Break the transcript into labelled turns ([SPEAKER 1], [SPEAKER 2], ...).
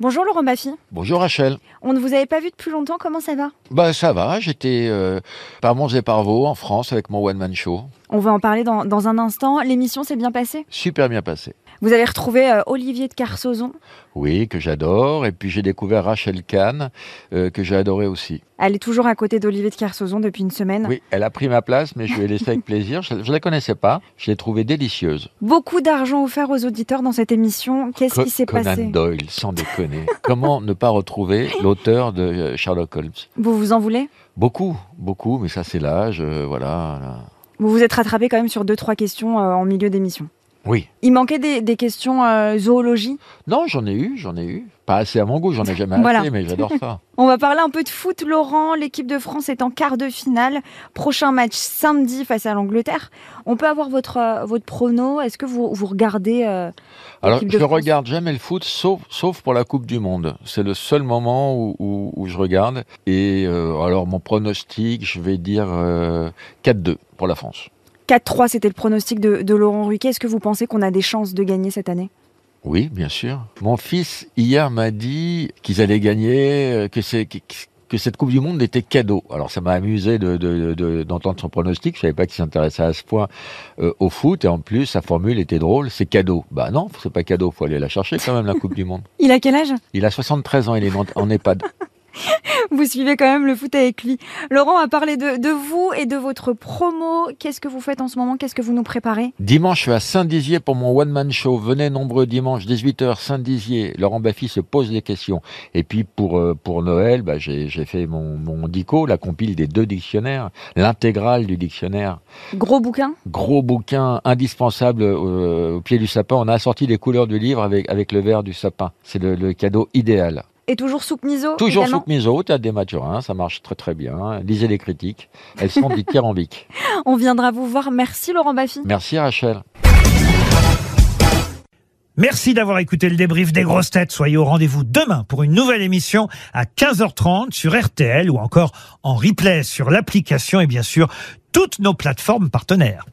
[SPEAKER 1] Bonjour Laurent Baffy.
[SPEAKER 2] Bonjour Rachel.
[SPEAKER 1] On ne vous avait pas vu depuis longtemps, comment ça va
[SPEAKER 2] Bah ça va, j'étais euh, par Mons et Parvaux en France avec mon one man show.
[SPEAKER 1] On va en parler dans, dans un instant. L'émission s'est bien passée.
[SPEAKER 2] Super bien passé.
[SPEAKER 1] Vous avez retrouvé euh, Olivier de Carsozon.
[SPEAKER 2] Oui, que j'adore. Et puis j'ai découvert Rachel Kahn, euh, que j'ai adoré aussi.
[SPEAKER 1] Elle est toujours à côté d'Olivier de Carsozon depuis une semaine.
[SPEAKER 2] Oui, elle a pris ma place, mais je lui ai laissé avec plaisir. Je ne la connaissais pas. Je l'ai trouvée délicieuse.
[SPEAKER 1] Beaucoup d'argent offert aux auditeurs dans cette émission. Qu'est-ce
[SPEAKER 2] Co-
[SPEAKER 1] qui s'est
[SPEAKER 2] Conan
[SPEAKER 1] passé
[SPEAKER 2] Doyle, sans déconner. Comment ne pas retrouver l'auteur de euh, Sherlock Holmes
[SPEAKER 1] Vous vous en voulez
[SPEAKER 2] Beaucoup, beaucoup, mais ça c'est l'âge, euh, voilà. là.
[SPEAKER 1] Vous vous êtes rattrapé quand même sur deux, trois questions euh, en milieu d'émission.
[SPEAKER 2] Oui.
[SPEAKER 1] Il manquait des, des questions euh, zoologie.
[SPEAKER 2] Non, j'en ai eu, j'en ai eu. Pas assez à mon goût, j'en ai jamais assez,
[SPEAKER 1] Voilà.
[SPEAKER 2] mais j'adore ça.
[SPEAKER 1] On va parler un peu de foot, Laurent. L'équipe de France est en quart de finale. Prochain match samedi face à l'Angleterre. On peut avoir votre, euh, votre prono. Est-ce que vous, vous regardez euh,
[SPEAKER 2] Alors,
[SPEAKER 1] l'équipe de
[SPEAKER 2] je
[SPEAKER 1] France
[SPEAKER 2] regarde jamais le foot, sauf, sauf pour la Coupe du Monde. C'est le seul moment où, où- où je regarde. Et euh, alors, mon pronostic, je vais dire euh, 4-2 pour la France.
[SPEAKER 1] 4-3, c'était le pronostic de, de Laurent Ruquet. Est-ce que vous pensez qu'on a des chances de gagner cette année
[SPEAKER 2] Oui, bien sûr. Mon fils, hier, m'a dit qu'ils allaient gagner, euh, que c'est... que- que cette Coupe du Monde était cadeau. Alors ça m'a amusé de- de- de- d'entendre son pronostic. Je savais pas qu'il s'intéressait à ce point euh, au foot. Et en plus, sa formule était drôle. C'est cadeau. Bah non, c'est pas cadeau. Faut aller la chercher quand même la Coupe du Monde.
[SPEAKER 1] Il a quel âge
[SPEAKER 2] Il a 73 ans. Il est en- en EHPAD.
[SPEAKER 1] Vous suivez quand même le foot avec lui. Laurent a parlé de, de vous et de votre promo. Qu'est-ce que vous faites en ce moment Qu'est-ce que vous nous préparez
[SPEAKER 2] Dimanche, je suis à Saint-Dizier pour mon one-man show. Venez nombreux dimanche, 18h, Saint-Dizier. Laurent Baffy se pose des questions. Et puis pour, euh, pour Noël, bah, j'ai j'ai fait mon, mon dico, la compile des deux dictionnaires, l'intégrale du dictionnaire.
[SPEAKER 1] Gros bouquin
[SPEAKER 2] Gros bouquin indispensable euh, au pied du sapin. On a assorti les couleurs du livre avec, avec le vert du sapin. C'est le, le cadeau idéal.
[SPEAKER 1] et toujours soupe miso
[SPEAKER 2] Toujours
[SPEAKER 1] également
[SPEAKER 2] soupe miso, théâtre des Mathurins, ça marche très très bien. Lisez les critiques, elles sont dithyrambiques.
[SPEAKER 1] On viendra vous voir. Merci Laurent Baffy.
[SPEAKER 2] Merci Rachel.
[SPEAKER 3] Merci d'avoir écouté le débrief des grosses têtes. Soyez au rendez-vous demain pour une nouvelle émission à 15h30 sur RTL ou encore en replay sur l'application et bien sûr toutes nos plateformes partenaires.